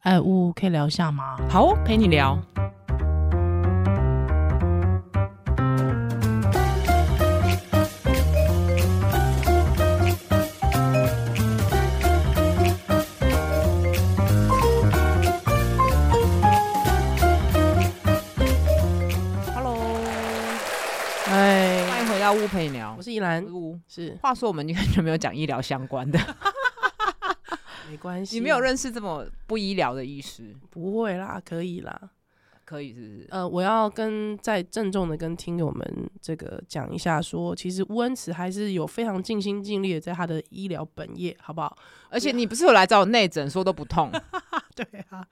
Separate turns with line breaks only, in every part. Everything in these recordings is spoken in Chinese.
哎，呜，可以聊一下吗？
好哦，陪你聊。Hello，
哎，
欢迎回到屋陪你聊
我。是依兰，
屋，
是
话说我们已经很久没有讲医疗相关的，
没关系，
你没有认识这么不医疗的医师，
不会啦，可以啦。
可以是不是？
呃，我要跟再郑重的跟听友们这个讲一下说其实乌恩慈还是有非常尽心尽力的在他的医疗本业，好不好？
而且你不是有来找我内诊，说都不痛。
对啊，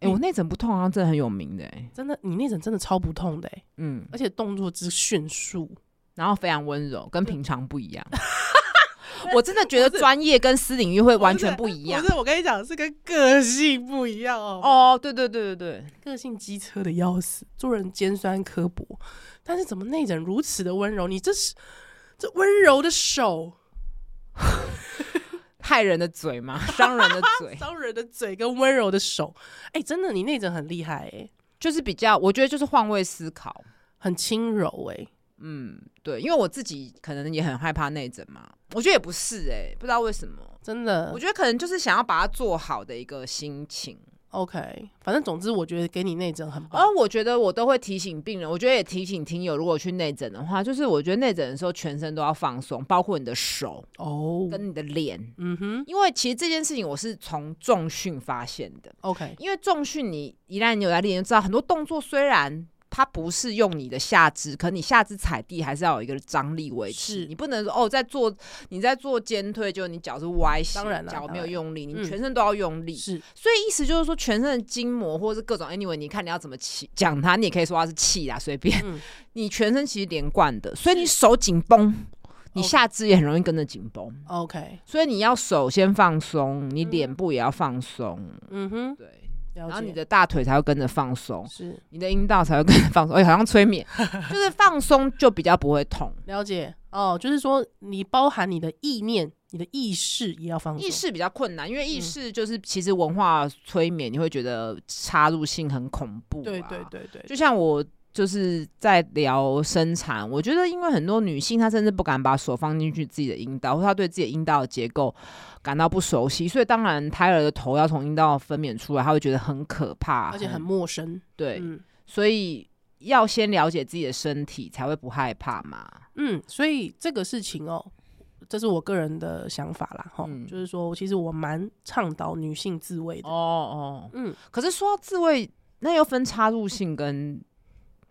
哎、我内诊不痛好像真的很有名的、欸，
真的，你那阵真的超不痛的、欸，
嗯，
而且动作之迅速，
然后非常温柔，跟平常不一 样。我真的觉得专业跟私领域会完全不一样。
是，我跟你讲，是跟个性不一样哦
哦，对对对对对，
个性机车的要死，做人尖酸刻薄，但是怎么内诊如此的温柔？你这是这温柔的手，
害人的嘴嘛，伤人的 嘴，
伤人的嘴跟温柔的手，哎、真的，你内诊很厉害、哎，
就是比较，我觉得就是换位思考。
很轻柔、哎，
嗯，对，因为我自己可能也很害怕内诊嘛，我觉得也不是哎、不知道为什么，
真的
我觉得可能就是想要把它做好的一个心情。
，OK。反正总之，我觉得给你内诊很棒。
而我觉得我都会提醒病人，我觉得也提醒听友，如果去内诊的话，就是我觉得内诊的时候全身都要放松，包括你的手
哦，
跟你的脸，
嗯哼
因为其实这件事情我是从重训发现的。
，OK，
因为重训你一旦你有在练，就知道很多动作虽然它不是用你的下肢，可你下肢踩地还是要有一个张力维
是
持。你不能说哦，在做你在做肩推，就你脚是歪斜，
当然啦
脚没
当
有
然
用力，你
嗯
全身都要用力。
是
所以意思就是说，全身的筋膜或是各种 anyway，你看你要怎么气讲它，你也可以说它是气啦，随便。
嗯
你全身其实连贯的，所以你手紧绷，你
OK
下肢也很容易跟着紧绷。
OK，
所以你要手先放松，你
嗯
脸部也要放松，
嗯哼，
对。
了
然
解。
后你的大腿才会跟着放松，
是
你的阴道才会跟着放松。哎、好像 催眠，就是放松就比较不会痛。
了解哦，就是说你包含你的意念、你的意识也要放松。嗯
意识比较困难，因为意识就是其实文化催眠，你会觉得插入性很恐怖、啊。
对对对对，
就像我就是在聊生产，我觉得因为很多女性她甚至不敢把手放进去自己的阴道，或她对自己的阴道的结构感到不熟悉，所以当然胎儿的头要从阴道分娩出来，她会觉得很可怕，
而且很陌生。
对，
嗯
所以要先了解自己的身体，才会不害怕嘛。
嗯，所以这个事情哦，这是我个人的想法啦，哈、
嗯
就是说，其实我蛮倡导女性自慰的。
哦哦，
嗯，
可是说到自慰，那又分插入性跟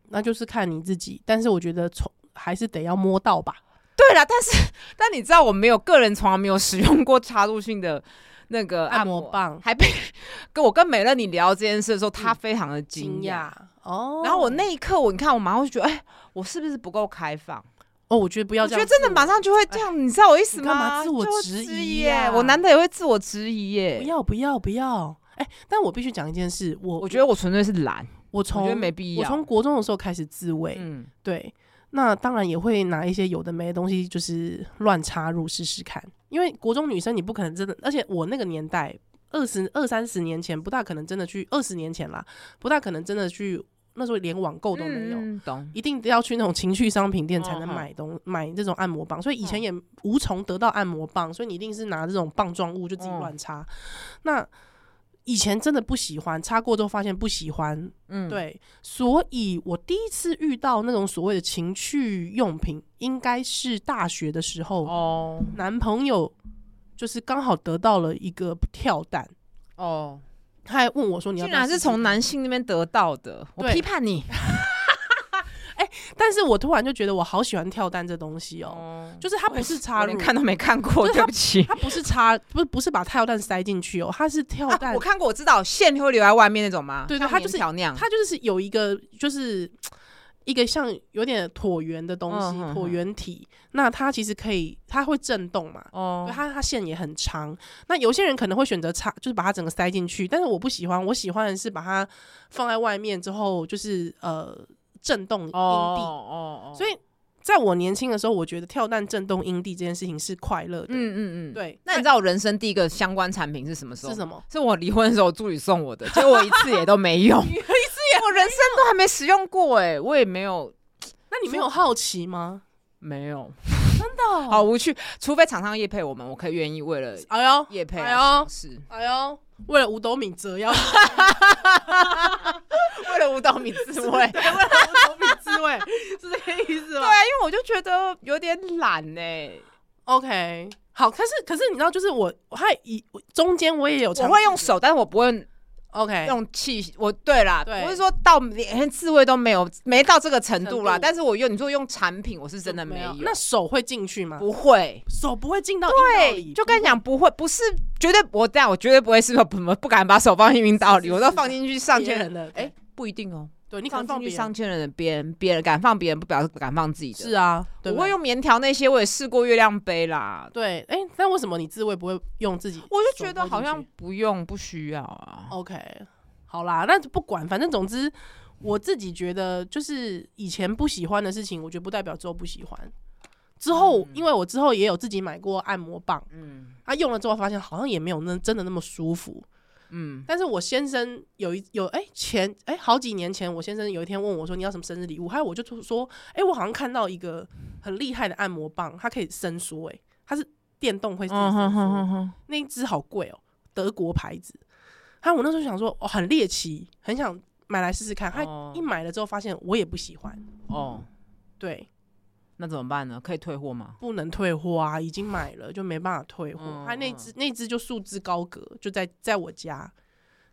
那就是看你自己，但是我觉得从还是得要摸到吧。
对啦，但是但你知道我没有个人从来没有使用过插入性的那个
按摩
摩
棒
还被跟我跟美乐你聊这件事的时候，她非常的惊
嗯惊
讶。
讶哦，
然后我那一刻，我你看，我马上就觉得，哎、我是不是不够开放？
哦，我觉得不要
我
这
觉
样，哎
得真的马上就会这样，你知道我意思
你干嘛
吗？
自我
就会
质疑
疑哎、
啊
我难得也会自我质疑耶、
不要不要不要。哎、但我必须讲一件事，我
我觉得我纯粹是懒，
我
我觉得
从
没必要。
我从国中的时候开始自慰，
嗯，
对，那当然也会拿一些有的没的东西，就是乱插入试试看。因为国中女生你不可能真的，而且我那个年代二十二三十年前不大可能真的去，二十年前啦，不大可能真的去，那时候连网购都没有。
嗯懂。
一定要去那种情趣商品店才能
嗯嗯
买东、买这种按摩棒，所以以前也无从得到按摩棒，所以你一定是拿这种棒状物就自己
嗯
乱插。那以前真的不喜欢，插过之后发现不喜欢，
嗯，
对，所以我第一次遇到那种所谓的情趣用品，应该是大学的时候，
哦
男朋友就是刚好得到了一个跳蛋，
哦，
他还问我说：“你要
竟
不要
然
试
是
试看
从男性那边得到的，我
对
批判你。？”
但是我突然就觉得我好喜欢跳蛋这东西哦，
哦，
就是它不是插
我
入
连，看都没看
就
过，
是
对
他
不起。
它不是插，不是不是把跳蛋塞进去哦，它是跳
啊
蛋，
我看过，我知道线会留在外面那种吗？
对对
像
它就是
棉条那样。
它就是有一个就是。一个像有点椭圆的东西，
嗯嗯嗯
椭圆体，那它其实可以，它会震动嘛，
哦
对，它它线也很长。那有些人可能会选择插，就是把它整个塞进去，但是我不喜欢，我喜欢的是把它放在外面之后，就是呃震动阴蒂。
哦哦哦，
所以在我年轻的时候，我觉得跳蛋震动阴蒂这件事情是快乐的。
嗯嗯嗯，。
对，
那你知道我人生第一个相关产品是什么时候？
是什么？
是我离婚的时候助理送我的，结果我一次也都没 用，一次也我人生都还没使用过哎、我也没有
那你没有好奇吗？
没有，
真的？
好，无趣。除非厂商业配我们，我可以愿意为了
哎 呦，
业配
哎
来
呦
尝试，
哎呦，为了五斗米折 腰，
为了五斗 米自慰。
为了五斗米滋 味，是这个意思
对
吗
啊，因为我就觉得有点懒欸呢、
？OK，好，可是可是你知道，就是我我还以我中间我也有
我
尝
会用手，但是我不会
OK，
用气。我对啦，
哎对
我是说到连自慰都没有，没到这个程度
程
啦。
度
但是我用你说用产品，我是真的没有，
那手会进去吗？
不会。
手不会进到阴道
对
里，，
就跟你讲不会，不是绝对我这样，我绝对不会是说不不敢把手放进阴道
是
里，
是
我都
是
放进去上
别
千
人
人，
的，
哎、
哎，
不一定哦。
对你可能
放
放
进去
别
上
人，
千人的别人，别人敢放别人，不表示不敢放自己的。
是啊，对
我
不
会
对
用棉条那些，我也试过月亮杯啦。
对，哎，那为什么你自慰不会用自己？
我就觉
手
得
摸进
好像
去
不用，不需要啊。
OK，好啦，那不管，反正总之，我自己觉得就是以前不喜欢的事情，我觉得不代表之后不喜欢。之后，因为我之后也有自己买过按摩棒，
嗯
啊，用了之后发现好像也没有那真的那么舒服。
嗯，
但是我先生有一有哎、前哎、好几年前，我先生有一天问我说你要什么生日礼物，还有我就说哎、我好像看到一个很厉害的按摩棒，它可以伸缩，哎，它是电动会自己伸
嗯
缩。
哼哼哼哼，
那一只好贵哦，德国牌子。他我那时候想说，哦，很猎奇，很想买来试试看。他
哦
一买了之后，发现我也不喜欢，
哦，
对，
那怎么办呢？可以退货吗？
不能退货啊，已经买了就没办法退货。
嗯
他那只那只就束之高阁，就在在我家。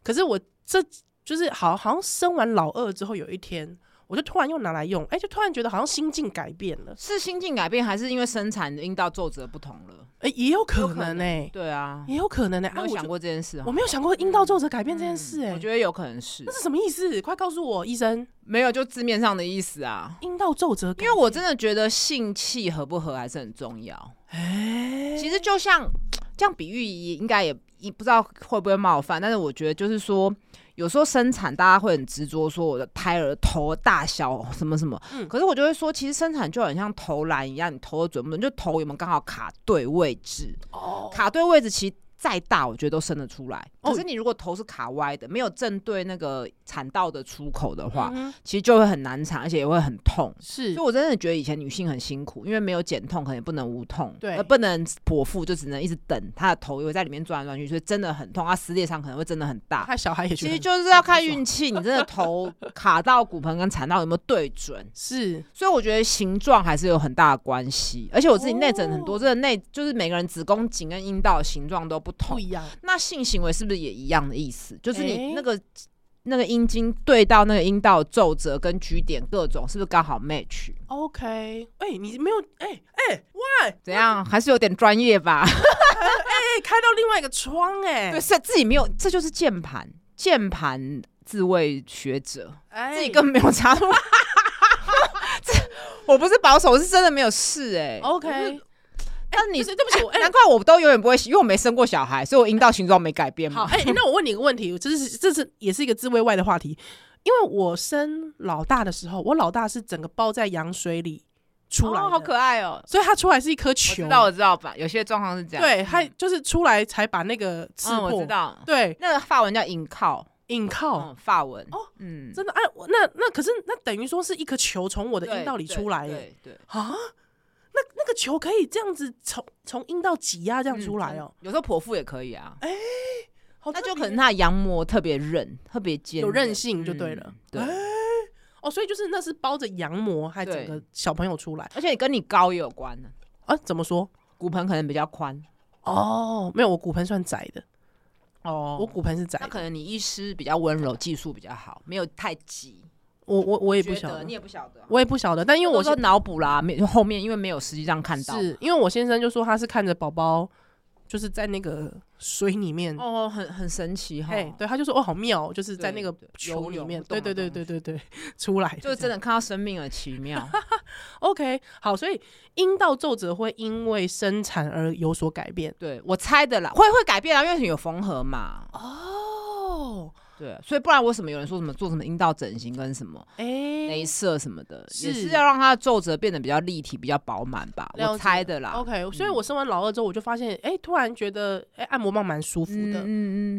可是我这就是好，好像生完老二之后，有一天我就突然又拿来用，哎、就突然觉得好像心境改变了，
是心境改变，还是因为生产的阴道皱褶不同了？
哎、也有可
有可
能
能
哎、
对啊，
也有可能哎、
没
啊，
有
我
想
就
过这件事
我
哦。
没有想过阴道皱褶改变这件事哎、
我觉得有可能是
那是什么意思？快告诉我，医生。
没有，就字面上的意思啊。
阴道皱褶感，
因为我真的觉得性气合不合还是很重要。
哎、
其实就像这样比喻也应该也也不知道会不会冒犯，但是我觉得就是说，有时候生产大家会很执着说我的胎儿头大小什么什么，
嗯
可是我就会说，其实生产就很像投篮一样，你投的准不准，就头有没有刚好卡对位置，
哦，
卡对位置其实。再大，我觉得都生得出来。
哦
可是你如果头是卡歪的，没有正对那个产道的出口的话，
嗯哼
其实就会很难产，而且也会很痛。
是
所以我真的觉得以前女性很辛苦，因为没有减痛，可能也不能无痛，
对
呃不能剖腹，就只能一直等，她的头也会在里面转来转去，所以真的很痛，她撕裂伤可能会真的很大。
他小孩也觉
其
得
实
很
就是要看运气，你真 的头卡到骨盆跟产道有没有对准，
是
所以我觉得形状还是有很大的关系。而且我自己内诊很多，
哦
真的内就是每个人子宫颈跟阴道的形状都不同
不，一样，
那性行为是不是也一样的意思？就是
诶
你那个、那个阴茎对到那个阴道皱褶跟局点各种，是不是刚好 match？
OK，哎、你没有哎哎
怎样？还是有点专 业吧？
哎，开到另外一个窗哎、
对，是自己没有，这就是键盘，键盘自卫学者，
哎
自己根本没有查出来。 这我不是保守，我是真的没有试哎、
OK，
但你
不是对不起我哎
难怪我都永远不会，因为我没生过小孩，所以我阴道形状没改变
好
嘛。
哎、 那我问你一个问题，这是这是也是一个自慰外的话题，因为我生老大的时候，我老大是整个包在羊水里出来、
哦，好可
爱，
爱哦！
所以他出来是一颗
我
球，
知道，我知道吧？有些状况是这样。
对，他就是出来才把那个刺
嗯，
破，
我知道。
对，
那个发文叫引靠，
引靠。
嗯，发文
哦，
嗯，
真的哎、我那那可是那等于说是一颗球从我的阴道里出来耶
对对，对
啊，那那个球可以这样子从从阴道挤压这样出来哦，
嗯有时候剖腹也可以啊，
好
那
特
就
别
可能他的羊膜特别韧，特别坚，
有韧性就对了
嗯，对，
哦，所以就是那是包着羊膜，还整个小朋友出来
而且跟你高也有关呢，
啊？怎么说？
骨盆可能比较宽
哦，没有，我骨盆算窄的，
哦
我骨盆是窄
那
的，
可能你医师比较温柔，技术比较好，没有太急，
我我我也不
觉
晓
得你
得，
也不晓得啊，
我也不晓得，但因为我
我说脑补啦，没就后面因为没有实际上看到，
是因为我先生就说他是看着宝宝就是在那个水里面。
哦，很很神奇哈
哎、，对，他就说哦，好妙哦，就是在那
对
个
对
球
游
里
泳
面，
不
对对
动的
对对
东
对对，出来的
就
这样
真的看到生命的奇 妙，
OK，好，所以阴道皱褶会因为生产而有所改变
对我猜的啦，会会改变啊，因为有缝合嘛，
哦。
哦对，所以不然为什么有人说什么做什么阴道整形跟什么？
哎、
人镭射什么的，
是
也嗯是要让它的皱褶变得比较立体、比较饱满吧，嗯
了
我
解
猜的啦。
OK，所以我生完老二之后，我就发现，哎、突然觉得，哎、按摩棒蛮舒服
嗯
的。
嗯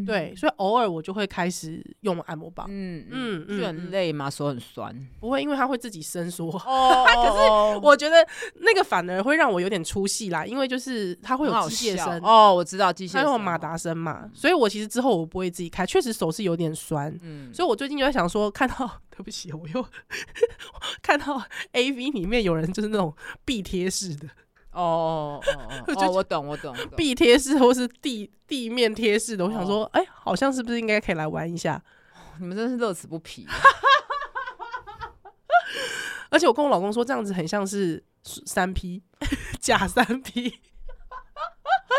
嗯，
对，所以偶尔我就会开始用按摩棒，
嗯
嗯
嗯
嗯
嗯，就很累嘛，手很酸。
不会，因为它会自己伸缩。
哦，可
我觉得那个反而会让我有点出戏啦，因为就是它会有机械声，
哦，我知道机械
它
声
会有马，达声嘛，所以我其实之后我不会自己开，确实手是有点酸。
嗯，
所以我最近就在想说，看到 对不起，我又看到 A V 里面有人就是那种 壁贴式的
哦哦哦
我就
哦
觉
哦，我懂我懂，我懂
壁贴式或是地地面贴式的，我
哦
想说，哎、好像是不是应该可以来玩一下？
你们真是乐此不疲。
而且我跟我老公说，这样子很像是三 P 假三 P，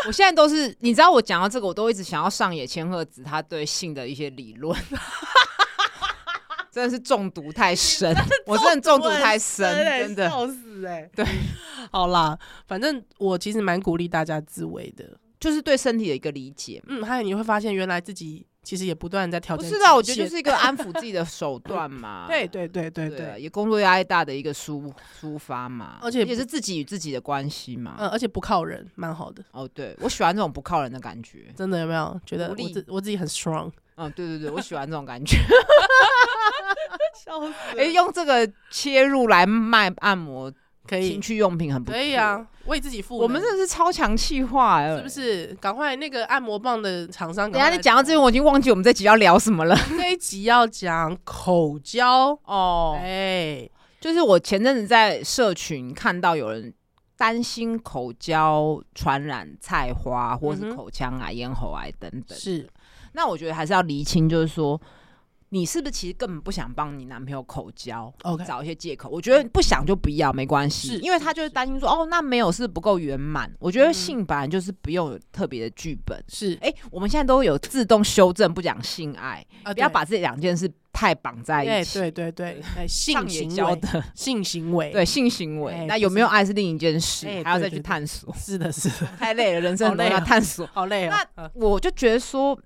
我现在都是，你知道我讲到这个，我都一直想要上野千鹤子她对性的一些理论， 真的是中毒太深， 我真的中毒太深，欸真的。
欸笑死哎、对， 好啦，反正我其实蛮鼓励大家自慰的。
就是对身体的一个理解嘛。
嗯，还有你会发现，原来自己其实也不断地在挑
不
战。
是啊的，我觉得就。是一个安抚自己的手段 嘛。
对对对对对，
啊也工作压力大的一个抒抒发嘛，
而且
也是自己与自己的关系嘛。
嗯，而且不靠人，蛮好的，
哦，对，我喜欢这种不靠人的感觉。
真的有没有觉得
独
我
立
自我自己很 strong？
嗯，对对对，我喜欢这种感觉。
笑死！
哎、用这个切入来卖按摩
可以
情，趣用品很不错。
可以，啊，为自己付。
我们真的是超强气化、哎
是不？是？赶快那个按摩棒的厂商，
等一下你讲到这边，我已经忘记我们这集要聊什么了。
这一集要讲口交，
哦
哎，
就是我前阵子在社群看到有人担心口交传染菜花，或
嗯
是
哼
口腔癌、咽喉癌等等。
是
那我觉得还是要厘清，就是说你是不是其实根本不想帮你男朋友口交，
OK，
找一些借口。我觉得不想就不要，没关
是
系，因为他就是担心说，哦，那没有是不够圆满。我觉
嗯
得性本来就是不用有特别的剧本。
是，
哎、我们现在都有自动修正，不讲性爱，
啊
不要
对
把这两件事太绑在
对
一起。
对对对，哎，性
上也
行
教
为，
的，
性行为，
对，性行为，
哎
那
不
有没有
是
爱是另一件事，
哎
还要
对
再
对
去
对
探索，
是的，是 的，
太累了，啊人生
好
很多
累
要
哦
探索。
好累哦。嗯
我就觉得说，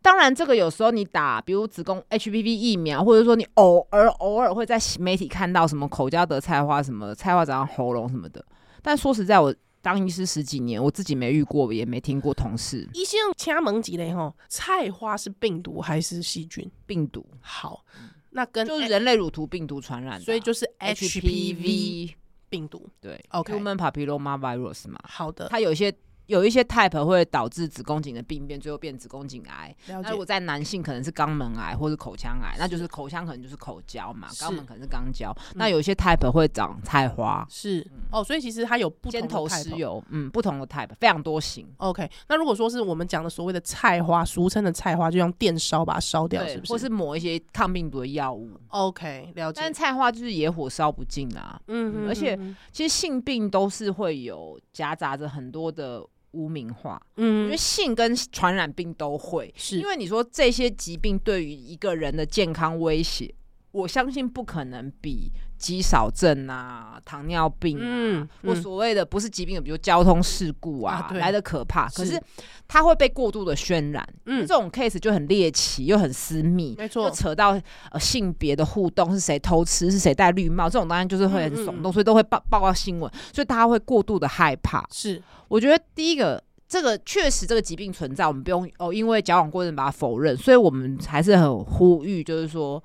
当然这个有时候你打，比如子宫 HPV 疫苗，或者说你偶尔偶尔会在媒体看到什么口交得菜花，什么菜花长喉咙什么的，但说实在我。当医师十几年，我自己没遇过，也没听过同事
医生掐门级嘞吼，菜花是病毒还是细菌？
病毒，
好，那跟
嗯就是
A-
人类乳头病毒传染的啊、
嗯哎所以就是 HPV
HPV
病毒。
对
OK
human papilloma virus 嘛，
好的，
它有一些有一些 type 会导致子宫颈的病变，最后变子宫颈癌。
了
那如
解
果。在男性可能是肛门癌或是口腔癌，那就是口腔可能就是口交嘛，
是
肛门可能是嗯肛交。那有一些 type 会长菜花、
是哦，所以其实它有不同
嗯尖
的
头
派
石油，嗯，不同的 type 非常多型，
OK，那如果说是我们讲的所谓的菜花，俗称的菜花，就用电烧把它烧掉，
对
是，不
或是抹一些抗病毒的药物。
OK，了解
但。菜花就是野火烧不尽啊。
嗯哼
而且
嗯
其实性病都是会有夹杂着很多的污名化，我觉
哼
得性跟传染病都会，
嗯是
因为你说这些疾病对于一个人的健康威胁，我相信不可能比肌少症啊、糖尿病啊，
嗯
或
嗯
所谓的不是疾病，比如交通事故啊
啊对
来的可怕。可
是
是它会被过度的渲染，
嗯
这种 case 就很猎奇又很私密。
没
又
错，
扯到呃性别的互动，是谁偷吃，是谁戴绿帽，这种当然就是会很
嗯嗯
耸动，所以都会报报到新闻，所以大家会过度的害怕。
是
我觉得第一个，这个确实这个疾病存在，我们不用哦，因为交往过程把它否认，所以我们还是很呼吁，就是说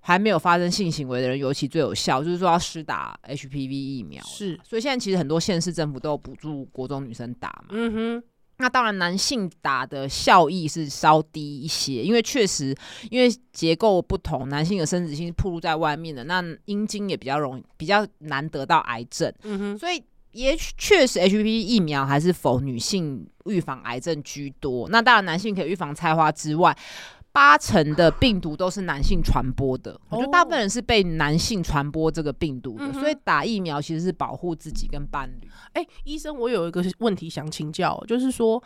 还没有发生性行为的人，尤其最有效，就是说要施打 HPV 疫苗。
是，
所以现在其实很多县市政府都有补助国中女生打嘛，
嗯哼，
那当然男性打的效益是稍低一些，因为确实因为结构不同，男性的生殖性暴露在外面的，那阴茎也比较容易比较难得到癌症。
嗯哼，
所以也许确实 HPV 疫苗还是否女性预防癌症居多。那当然，男性可以预防菜花之外。八成的病毒都是男性传播的，我觉得大部分人是被男性传播这个病毒的，
嗯哼
所以打疫苗其实是保护自己跟伴侣。
哎、医生，我有一个问题想请教，就是说，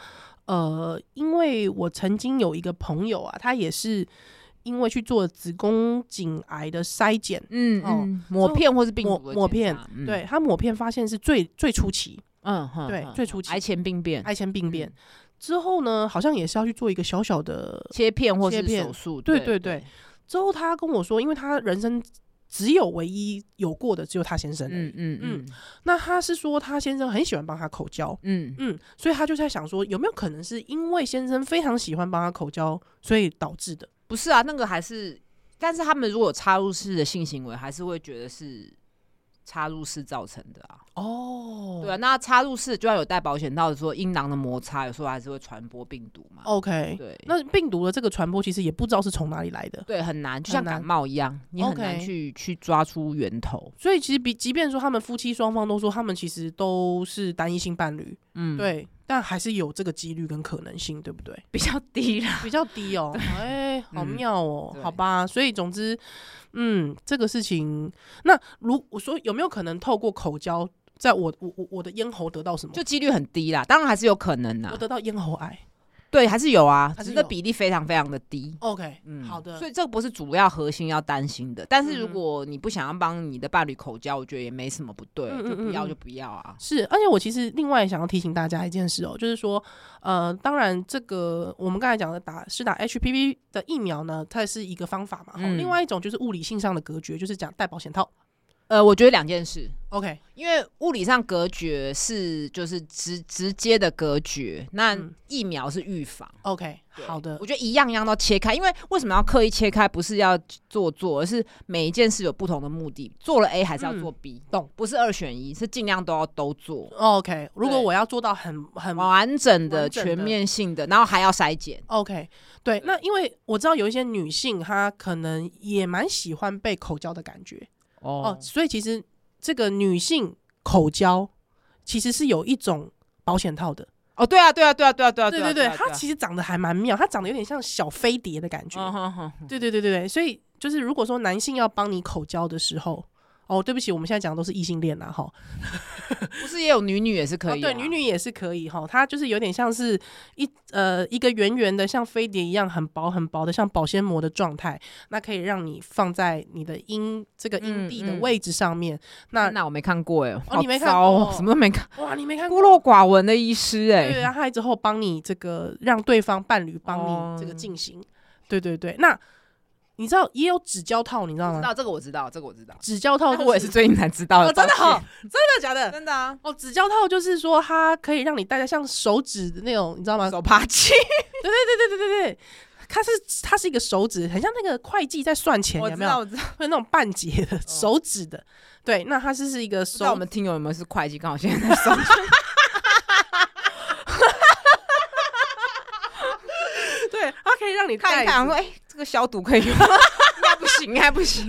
呃，因为我曾经有一个朋友啊，他也是因为去做子宫颈癌的筛检，
嗯
嗯
嗯，抹片或是病毒
抹
的
抹片
检查，嗯
对，他抹片发现是最最初期
嗯哼
对
哼
最初期
癌前病变、
癌前病变、
嗯
之后呢，好像也是要去做一个小小的
切片或
切
是
片
手术，
对对
对
对之后他跟我说，因为他人生只有唯一有过的只有她先生而已。
嗯嗯嗯
那她是说她先生很喜欢帮她口交，
嗯，
嗯，所以她就在想说，有没有可能是因为先生非常喜欢帮她口交，所以导致的？
不是啊，那个还是，但是他们如果插入式的性行为，还是会觉得是插入式造成的啊。
哦
对啊，那插入式就要有带保险套的时候，阴囊的摩擦有时候还是会传播病毒嘛。，
，OK。
对，
哦那病毒的这个传播其实也不知道是从哪里来的，
对很难，就像
很难
感冒一样，你很难
OK
去去抓出源头。
所以其实比即便说他们夫妻双方都说他们其实都是单一性伴侣，
嗯，，
对，但还是有这个几率跟可能性，对不对？
比较低啦。
比较低哦，哎、好
嗯
妙哦，
对
好吧。所以总之，嗯，这个事情，那如我说有没有可能透过口交，在我我我我的咽喉得到什么？
就几率很低啦，当然还是有可能啦
我。得到咽喉癌。
对，还是有啊，
还
只
是
是
有
那比例非常非常的低。
OK，
嗯，
好的
所以这个不是主要核心要担心的，但是如
嗯
果你不想要帮你的伴侣口交，我觉得也没什么不对，
嗯嗯
就不要
嗯嗯
就不要啊。
是，而且我其实另外想要提醒大家一件事哦，就是说，呃，当然这个我们刚才讲的打是打 HPV 的疫苗呢，它也是一个方法嘛。哈
嗯
另外一种就是物理性上的隔绝，就是讲戴保险套。
呃，我觉得两件事，
OK，
因为物理上隔绝是就是直直接的隔绝，那
嗯
疫苗是预防。
OK，
对
好的
我，觉得一样一样都切开，因为为什么要刻意切开？不是要做做，而是每一件事有不同的目的。做了 A 还是要
嗯
做 B，、
懂？
不是二选一，是尽量都要都做。
OK，如果
对
我要做到很很
完整的、
嗯完整的
全面性的，然后还要筛检。
OK，对，那因为我知道有一些女性她可能也蛮喜欢被口交的感觉哦，所以其实这个女性口交其实是有一种保险套的，
哦，对啊，对啊，对啊，对啊，对啊，
对
啊
对，
啊
它其实长得还蛮妙，它长得有点像小飞碟的感觉，
嗯哼哼哼
对对对对对，所以就是如果说男性要帮你口交的时候。哦，对不起，我们现在讲的都是异性恋啦，哈、
不是也有女女也是可以啊，
对，女女也是可以哈，它就是有点像是一呃一个圆圆的，像飞碟一样很薄很薄的，像保鲜膜的状态，那可以让你放在你的阴这个阴
嗯
蒂的
嗯
位置上面。那
那我没看过哎，
哦你没看
好糟
过
哦，什么都没看，
哇，你没看
孤
过？
陋寡闻的医师
对对，
哎，
然后还之后帮你这个让对方伴侣帮你这个
哦
进行，对对对。那你知道也有纸胶套，你知道
知
吗？
道这个我知道，这个我知 道，
纸胶套
那
就
个我也是最近才知道
哦，
的，
真的
抱
好，
歉
真的假的？
真的啊，
哦，纸胶套就是说它可以让你戴在像手指的那种，你知道吗？
手扒鸡，
对对对对对，它是它是一个手指，很像那个会计在算钱，
我
有
知
没
道，
有？
我知道，
会那种半截的、 手指的，对，那它是是一个
不
手
知道我们听友有没有是会计，刚好现在在上，
对，它可以让你
看
戴
一看，想
着
说哎，这个消毒可以用 吗，应该不行，应该不 行，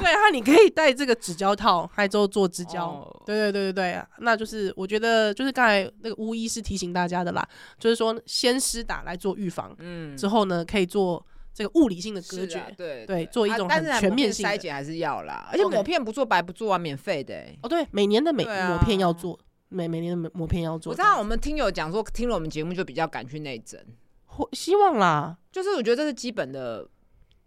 对，它你可以戴这个纸胶套，还之后做支胶。
哦
对对对对对啊，那就是我觉得就是刚才那个巫医是提醒大家的啦，就是说先施打来做预防，
嗯
之后呢可以做这个物理性的隔
是
绝，
啊对
对做一
啊
种
但
很
是还
全
抹
面
片
性的
筛检还是要啦，而且
OK
抹片不做白不做啊，免费的欸。
哦对，每年的每
对啊
膜片要做，每每年的膜片要做
我知
这
道
样，
我们听友讲说，听了我们节目就比较敢去内诊，
或希望啦，
就是我觉得这是基本的，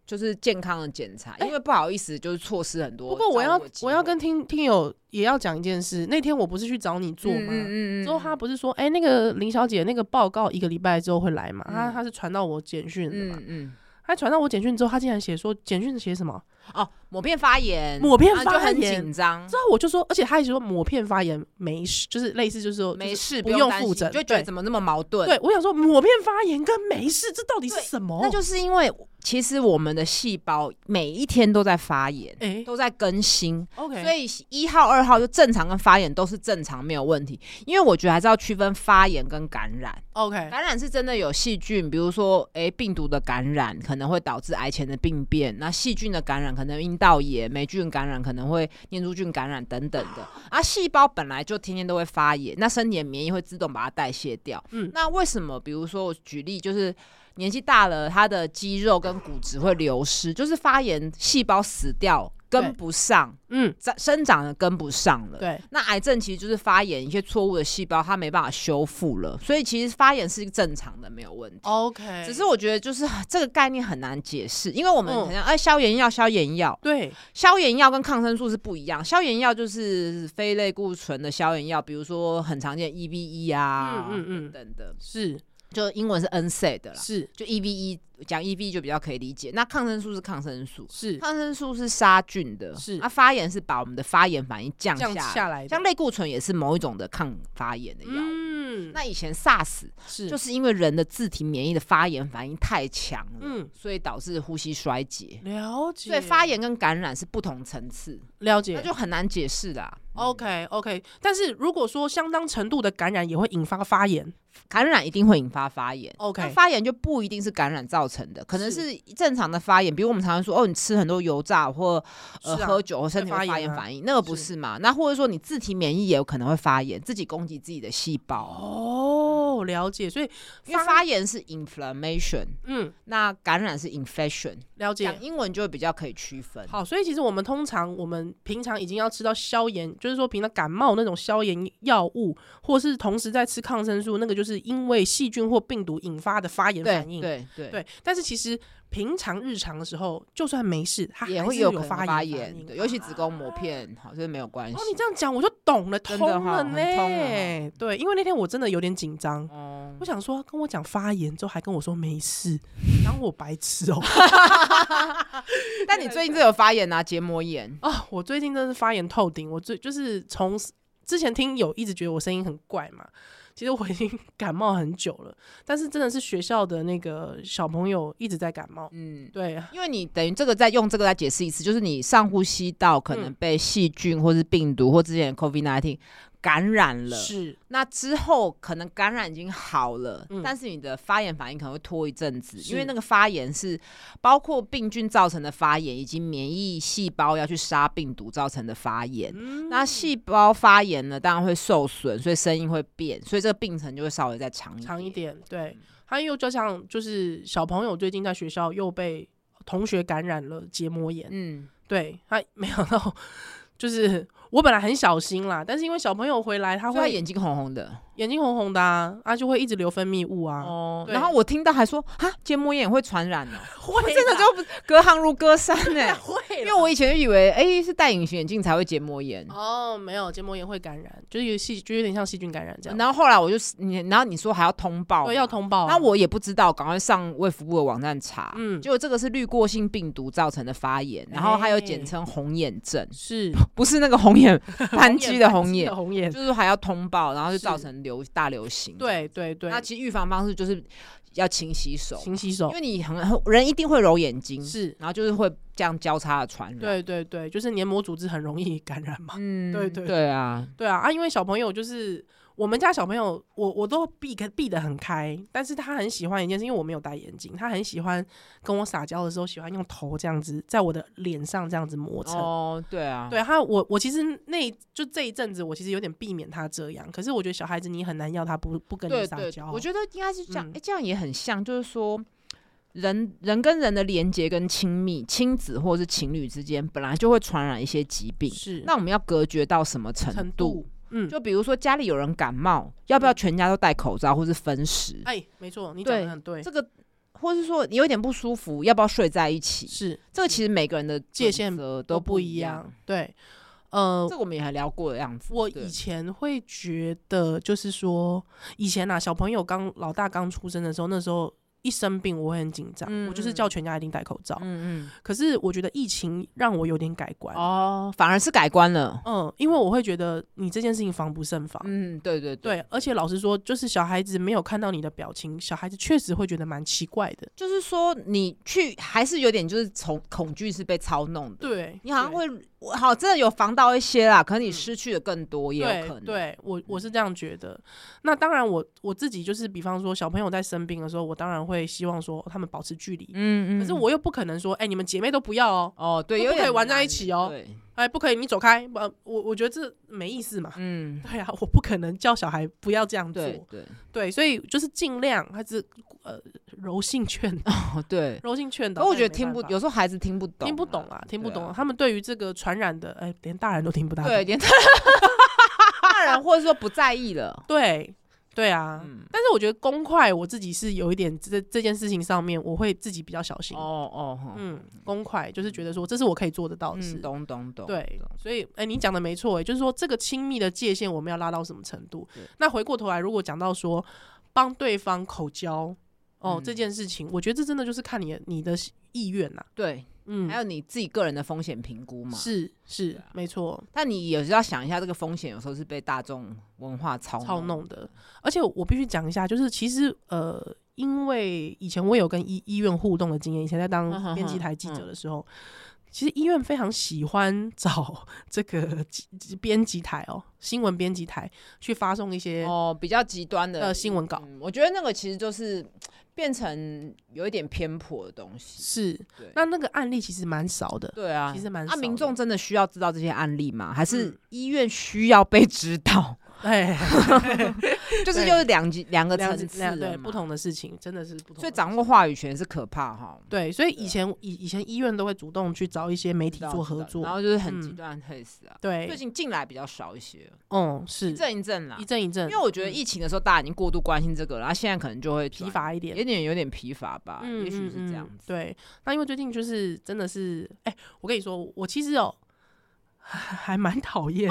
就是健康的检查，
哎
因为不好意思，就是错失很多照
不
顾的
过
机
我
会。
要我要跟听听友也要讲一件事，那天我不是去找你做吗？
嗯
之后他不是说，哎、那个林小姐那个报告一个礼拜之后会来嘛？她
嗯
她是传到我简讯的嘛？
嗯嗯
她传到我简讯之后，她竟然写说简讯写什么
哦，抹片发炎，
抹片
啊
发
就很
炎
紧张
之，后我就说，而且她还说抹片发炎没事，就是类似就是说
没
就是
事，
不
用
用
担
复
心
诊，
就觉得
对
怎么那么矛盾？
对，我哦想说抹片发炎跟没事，这到底是
对
什么？
那就是因为其实我们的细胞每一天都在发炎，
哎、
都在更新，
o k
所以一号、二号就正常跟发炎都是正常没有问题，因为我觉得还是要区分发炎跟感染。
OK
感染是真的有细菌，比如说诶、病毒的感染可能会导致癌前的病变，那细菌的感染可能阴道炎，霉菌感染可能会念珠菌感染等等的。啊，细胞本来就天天都会发炎，那身体的免疫会自动把它代谢掉。
嗯
嗯，那为什么？比如说我举例就是。年纪大了，他的肌肉跟骨质会流失，就是发炎细胞死掉
对
跟不上，
嗯，
长生长的跟不上了。
对，
那癌症其实就是发炎一些错误的细胞，它没办法修复了，所以其实发炎是正常的，没有问题。
OK，
只是我觉得就是 啊这个概念很难解释，因为我们
嗯
好像哎、消炎药、消炎药、
对
消炎药跟抗生素是不一样。消炎药就是非类固醇的消炎药，比如说很常见 EVE E 啊，
嗯嗯嗯
等等的。
是
就英文是 NSAID 的啦，
是
就 EVE 讲 EVE 就比较可以理解。那抗生素是抗生素，
是
抗生素是杀菌的，
是
那、发炎是把我们的发炎反应降下
降
来，
下来的，
像类固醇也是某一种的抗发炎的药。
嗯，
那以前 SARS
是
就是是因为人的自体免疫的发炎反应太强了，
嗯
所以导致呼吸衰竭。
了解，
所以发炎跟感染是不同层次，
了
那
解。
就很难解释啦。
OK OK，但是如果说相当程度的感染也会引发发炎
感染一定会引发发炎。那
，OK，
发炎就不一定是感染造成的，可能
是
是正常的发炎，比如我们常常说哦，你吃很多油炸或呃、
是啊
喝酒后身体
会
会
发
发
炎啊
炎反应，那个不是嘛？那或者说你自体免疫也有可能会发炎，自己攻击自己的细胞，
哦，了解，所以
因为发炎是 inflammation，
嗯，
那感染是 infection，
了
讲
解。
英文就会比较可以区分。
好，所以其实我们通常我们平常已经要吃到消炎，就是说平常感冒那种消炎药物，或是同时在吃抗生素，那个就是因为细菌或病毒引发的发炎
对
反应。
对对，
对，但是其实平常日常的时候，就算没事，它
也
还
会
是
有可能
发
发
炎
炎
反应啊
的，尤其子宫膜片，好，这没有关系
哦，。你这样讲我就懂了，
真
通
的
了
哈
呢、
很通了
对，因为那天我真的有点紧张，
哦
我，想说跟我讲发炎之后还跟我说没事，然后我白痴哦、
但你最近这有发炎啊，结膜炎，
啊，我最近真的是发炎透顶，我最就是从之前听友一直觉得我声音很怪嘛，其实我已经 感冒很久了，但是真的是学校的那个小朋友一直在感冒，
嗯。
对，
因为你等于这个再用这个再解释一次，就是你上呼吸道可能
嗯
被细菌或是病毒或之前 COVID 1 9感染了，
是
那之后可能感染已经好了，
嗯
但是你的发炎反应可能会拖一阵子，
是
因为那个发炎是包括病菌造成的发炎，以及免疫细胞要去杀病毒造成的发炎。
嗯
那细胞发炎呢，当然会受损，所以声音会变，所以这个病程就会稍微再长一
长一。点，
嗯
对，还有就像就是小朋友最近在学校又被同学感染了结膜炎，
嗯，
对他没想到，就是我本来很小心啦，但是因为小朋友回来他
所以他
会
眼睛红红的
眼睛红红的啊，他就会一直流分泌物啊，
哦
对
然后我听到还说啊，结膜炎也会传染 哦、
会
我真的
啦
就不隔行如隔山 呢、
会
因
啦，
为我以前就以为，哎、是戴隐形眼镜才会结膜炎，
哦，没有结膜炎会感染，就是有细，就有点像细菌感染这样。
然后后来我就你，然后你说还要通报，
对，要。通报啊、
那我也不知道，赶快上卫福部的网站查，
嗯哎
结果这个是滤过性病毒造成的发炎，然后还有简称红眼症，
是
不是那个红眼
红
扳机的红
眼
眼，
红眼，
就是还要通报，然后就是造成流大流行。，
对对对
那，其实预防方式就是要勤洗手，
勤洗
因
手
为你很人一定会揉眼睛，
是，
然后就是会这样交叉的传染。，
对对对，就是黏膜组织很容易感染嘛。
嗯
对对
对啊，
对啊啊，因为小朋友就是我们家小朋友，我我都避开避得很开，但是他很喜欢一件事，因为我没有戴眼镜，他很喜欢跟我撒娇的时候，喜欢用头这样子在我的脸上这样子磨蹭。
哦，对啊，
对他，我我其实那就这一阵子，我其实有点避免他这样。可是我觉得小孩子你很难要他不不跟你
对
撒
对，
娇。
我觉得应该是这样，哎、
嗯
这样也很像，就是说。人人跟人的连接跟亲密，亲子或是情侣之间本来就会传染一些疾病，
是
那我们要隔绝到什么程度？
程度，嗯，
就比如说家里有人感冒，要不要全家都戴口罩或是分食？
哎，没错，你讲的很对，
这个，或是说有点不舒服，要不要睡在一起？
是
这个其实每个人的
界限
准则
都
都
不
不
一
一
样
样。。
对，呃，
这个我们也还聊过的样子。
我
对
以前会觉得，就是说，以前啊，小朋友刚老大刚出生的时候，那时候一生病，我会很紧张，
嗯
我就是
嗯
叫全家一定戴口罩。
嗯
可是我觉得疫情让我有点改观
嗯，，哦，反而是改观了。
嗯，因为我会觉得你这件事情防不胜防。
嗯，对对对，
对，而且老实说，就是小孩子没有看到你的表情，小孩子确实会觉得蛮奇怪的。
就是说你去还是有点就是从恐惧是被操弄的，
对，
你好像
对
会我好真的有防到一些啦，可能你
嗯
失去的更多也有
对
可能。
对，我
嗯
我是这样觉得。那当然我，我自己就是，比方说小朋友在生病的时候，我当然会希望说他们保持距离。
嗯
可是我又不可能说，哎、你们姐妹都不要哦，
哦对，
都
有
不可以
点
玩在
难
一起哦
对，
哎，不可以，你走开。呃，我我觉得这没意思嘛。
嗯，
对啊，我不可能叫小孩不要这样做。
对对
对所以就是尽量还是呃柔性劝导，
哦对。
柔性劝导。
可我
但
觉
也
得
没
听
办
不，
法
有时候孩子听不懂，
听不懂。啊，听不
对
懂、
啊
他们对于这个传染的，哎、连大人都听不大懂。
对，连 大人或者说不在意了。
对对啊、
嗯，
但是我觉得公筷我自己是有一点这这件事情上面，我会自己比较小心。
哦哦，哈
嗯，公筷就是觉得说这是我可以做得到的事。
嗯，懂懂懂，
对
懂，
所以哎、你讲的没错，哎，就是说这个亲密的界限我们要拉到什么程度
对？
那回过头来，如果讲到说帮对方口交哦、
嗯
这件事情，我觉得这真的就是看你的你的意愿呐、
对，
嗯，
还有你自己个人的风险评估嘛。啊
是是、没错，
但你也是要想一下，这个风险有时候是被大众文化操
操
弄。
弄的。而且我必须讲一下，就是其实呃，因为以前我有跟医医院互动的经验，以前在
嗯哼
当
哼
编辑台记者的时候，其实医院非常喜欢找 这个记记编辑台哦，新闻编辑台去发送一些、
哦，比较极端的
呃新闻稿。
嗯，我觉得那个其实就是变成有一点偏颇的东西。
是
对，
那那个案例其实蛮少 的，
对啊，
其实蛮
啊，
少
民
的
众真的需要知道这些案例吗？还是
嗯
医院需要被知道？
哎，
就是
对
就是两级两个层
两
次
两
了
对
嘛
不，同的事情真的是不同的事情，
所以掌握话语权是可怕哈。
对，所以
对啊
以前以以前医院都会主动去找一些媒体
知道
做
知
合
道
作，
然后就是很极
嗯
端的 case 啊。最
对，
近近来比较少一些，
嗯，是
一阵一阵啦
一。阵一阵，
因为我觉得
嗯
疫情的时候，大家已经过度关心这个了，然后现在可能就会
疲
转，
乏一点，
有点有点疲乏吧，
嗯
也许是这样
嗯嗯
子。
对，那因为最近就是真的是，哎、我跟你说，我其实哦，还还蛮讨厌，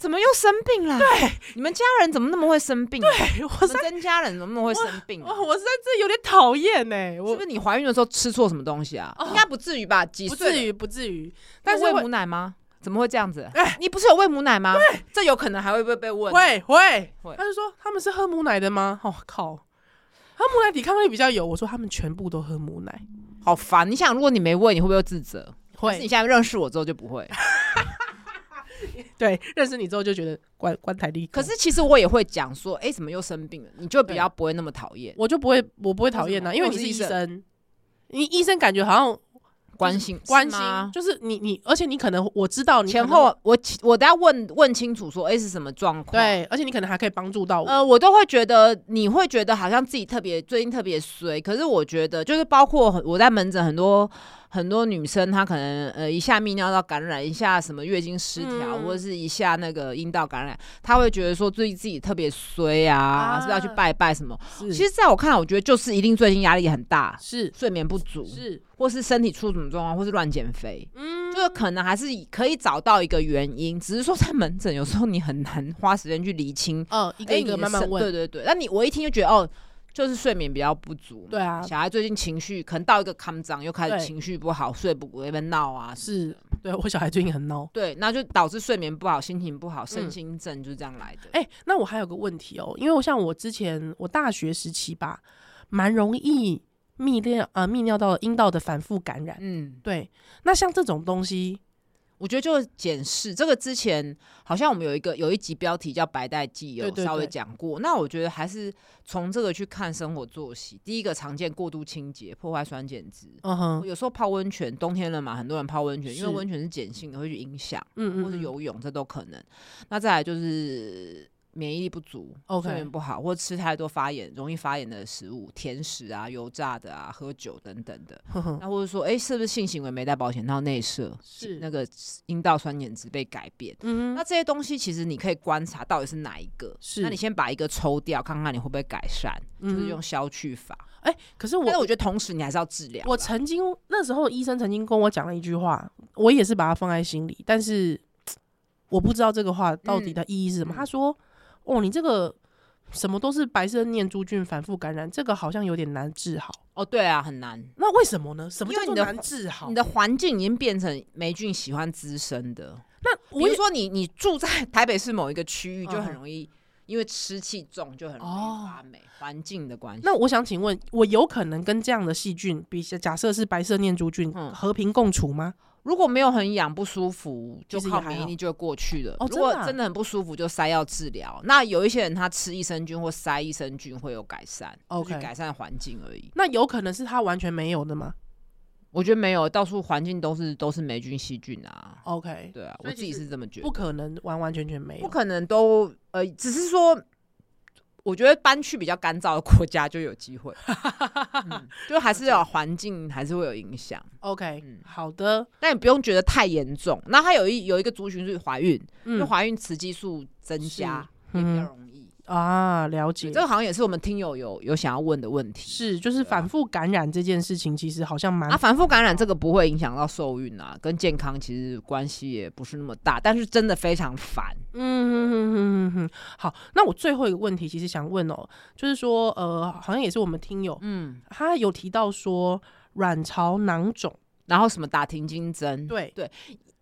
怎么又生病啦？对，你们家人怎么那么会生病啊？
我
我
是哦
们真家人怎么那么会生病啊？
我我是真的有点讨厌哎，
是
我
不是你怀孕的时候吃错什么东西啊？应该不至于吧？几
不
岁
至
了？
于不至于，但
但
是
是喂
会
母奶吗？怎么会这样子？
哎
你不是有喂母奶吗？对，这有可能还会被被问。
会会
会
他就说他们是喝母奶的吗？哦靠，喝母奶抵抗力比较有，我说他们全部都喝母奶，
好烦！你想，如果你没喂，你会不会自责？可是你
会
现在认识我之后就不 会。
对认识你之后就觉得关关台立功，
可是其实我也会讲说，哎，怎么又生病了？你就比较不会那么讨厌，
我就不会我不会讨
为什
厌
么
呐，因为
我
你
是
是
医
医
生
生，你医生感觉好像
关心
关
是
心
吗，
就是你你，而且你可能我知道你可
前
能
后，我我等下问问清楚说，哎，是什么状况？
对，而且你可能还可以帮助到我。
呃，我都会觉得你会觉得好像自己特别最近特别衰，可是我觉得就是包括很我在门诊很多很多女生，她可能呃一下泌尿道感染，一下什么月经失调，
嗯
或者是一下那个阴道感染，她会觉得说最近自己特别衰啊，是不是要去
啊
拜拜什么？
是
其实在我看来，我觉得就是一定最近压力很大，
是
睡眠不足，
是，
或是身体出什么状况，或是乱减肥。
嗯
就是可能还是可以找到一个原因，只是说在门诊有时候你很难花时间去厘清
呃，一个
哎
一
你
个
的
慢慢
身
问，
对对对，那你我一听就觉得哦，就是睡眠比较不足嘛。
对啊，
小孩最近情绪可能到一个康张，又开
对
始情绪不好，睡不那边闹啊。
是，对我小孩最近很孬。
对，那就导致睡眠不好，心情不好，身
嗯
心症就是这样来的。
哎、那我还有个问题哦，因为我像我之前我大学时期吧，蛮容易泌尿呃泌尿道阴道的反复感染。
嗯，
对，那像这种东西，
我觉得就检视这个之前，好像我们有一个有一集标题叫“白带记”，有
对对
稍微
对
讲过。那我觉得还是从这个去看生活作息。第一个常见过度清洁，破坏酸碱值。
嗯哼，
有时候泡温泉，冬天了嘛，很多人泡温泉，因为
是
温泉是碱性的，会去影响。
嗯
或者
嗯，
游泳，这都可能。那再来就是免疫力不足
OK
睡眠不好，或吃太多发炎、容易发炎的食物，甜食啊、油炸的啊、喝酒等等的。
嗯哼
那或者说，哎、是不是性行为没带保险套内射，
是
那个阴道酸碱值被改变？
嗯
那
哼，
这些东西其实你可以观察到底是哪一个。
是
那你先把一个抽掉，看看你会不会改善，就是
嗯
用消去法。
哎、可是
但是
我
我觉得同时你还是要治疗啦。
我曾经那时候医生曾经跟我讲了一句话，我也是把它放在心里，但是我不知道这个话到底的意义是什么。
嗯
他说：“哦，你这个什么都是白色念珠菌反复感染，这个好像有点难治好。
哦，对啊，很难。
那为什么呢？什么叫
因为
做
你的
难治好
你？的环境已经变成霉菌喜欢滋生的，
那
比
我
如
也
说你你住在台北市某一个区域，
嗯哦
就很容易因为湿气重，就很容易发霉，环境的关系。
那我想请问，我有可能跟这样的细菌，比假设是白色念珠菌
嗯
和平共处吗？
如果没有很痒不舒服，就
其实也
靠
还
免疫
好
力就会过去了。
哦
如
真的啊
果真的很不舒服，就塞药治疗。那有一些人他吃益生菌或塞益生菌会有改善
OK
就是改善环境而已。
那有可能是它完全没有的吗
我觉得没有，到处环境都是都是霉菌细菌啊。
？OK，
对啊，
哦所
我
以
自
其
己
实
是这么觉得
不。可能完完全全没
不
有。
可能都呃，只是说，我觉得搬去比较干燥的国家就有机会，嗯就还是有环境还是会有影响，
OK，
嗯
好的，
但你不用觉得太严重。那它有一有一个族群是怀孕，因为
嗯
怀孕雌激素增加也比较
嗯
容易，
啊，了解
这。个好像也是我们听友有有想要问的问题。
是，就是反复感染这件事情，其实好像蛮
啊，反复感染这个不会影响到受孕啊，跟健康其实关系也不是那么大，但是真的非常烦。
嗯哼哼哼哼哼，好，那我最后一个问题，其实想问哦，就是说，呃，好像也是我们听友，
嗯，
他有提到说卵巢囊肿，
然后什么打停经针，
对，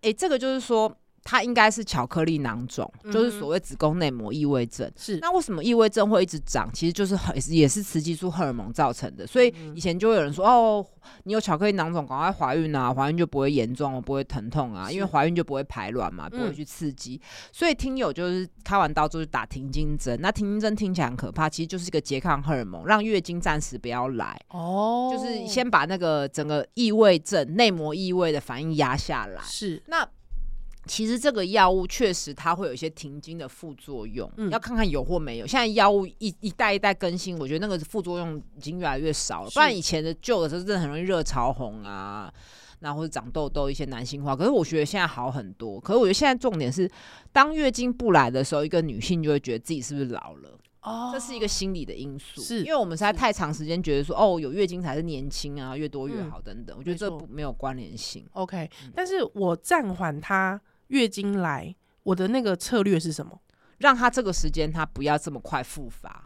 诶，这个就是说它应该是巧克力囊肿，就是
嗯哼
所谓子宫内膜异位症。
是，
那为什么异位症会一直长？其实就是很也是雌激素荷尔蒙造成的，所以
嗯
以前就会有人说哦，你有巧克力囊肿，赶快怀孕啊，怀孕就不会严重，不会疼痛啊，
是
因为怀孕就不会排卵嘛，不会
嗯
去刺激。所以听友就是开完刀之后就打停经针，那停经针听起来很可怕，其实就是一个拮抗荷尔蒙，让月经暂时不要来，
哦，
就是先把那个整个异位症内膜异位的反应压下来。
是，
那其实这个药物确实它会有一些停经的副作用，
嗯
要看看有或没有。现在药物一一代一代更新，我觉得那个副作用已经越来越少了。
是
不然以前的旧的时候真的很容易热潮红啊，然后或者长痘痘一些男性化。可是我觉得现在好很多。可是我觉得现在重点是，当月经不来的时候，一个女性就会觉得自己是不是老了。
哦，
这是一个心理的因素，
是
因为我们实在
是
太长时间觉得说，哦，有月经才是年轻啊，越多越
嗯
好等等，我觉得
没
这
错
不没有关联性。
OK，但
嗯
是我暂缓它月经来，我的那个策略是什么？
让他这个时间他不要这么快复发，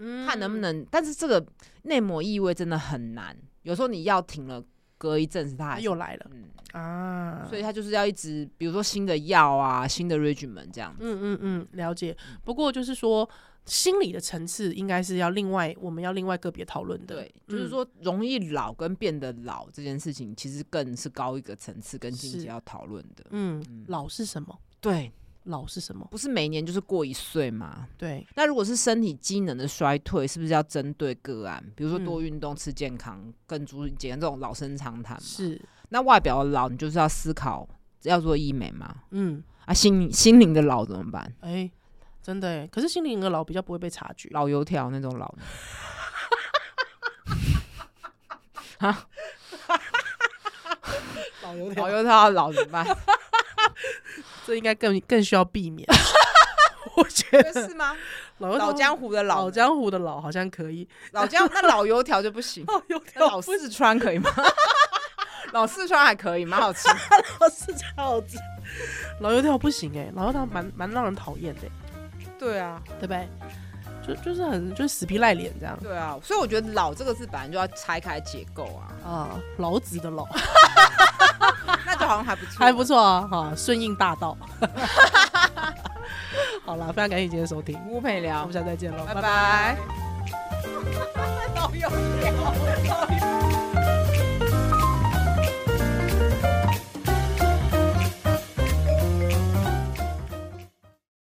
嗯
看能不能。但是这个内膜异位真的很难，有时候你药停了，隔一阵子他
它
还是
又来了
嗯，
啊？
所以他就是要一直，比如说新的药啊，新的 regimen 这样子。
嗯嗯嗯，了解。不过就是说，心理的层次应该是要另外，我们要另外个别讨论的。
对，就是说容易老跟变得老这件事情，其实更是高一个层次跟境
是
界要讨论的。
嗯，
嗯
嗯，老是什么？
对，
老是什么？
不是每年就是过一岁嘛。
对，
那如果是身体机能的衰退，是不是要针对个案？比如说
嗯
多运动、吃健康、更注意健康这种老生常谈嘛。
是，
那外表的老，你就是要思考要做医美嘛？
嗯，
啊，心心灵的老怎么办？
哎、真的哎。可是心灵的老比较不会被察觉。
老油条那种 老呢，
老油
老，油条的老怎么 办？
这应该更更需要避免。 我觉得
是吗？
老油条
老江湖的老呢，
老江湖的老好像可以，，
老江那老油条就不行
老油
那
条
老四川可以吗？ 老四川还可以，蛮好吃。
老是超级， 老油条不行哎、老油条蛮蛮让人讨厌的欸、
对啊，
对不对？就就是很就是死皮赖脸这样
对啊，所以我觉得“老”这个字本来就要拆开解构 啊，
啊，老子的老
那就好像还不错，
还不。错啊，哈、顺应大道。 好啦，非常感谢今天的收听，
吴佩
我
聊
们，下次再见喽，
拜拜。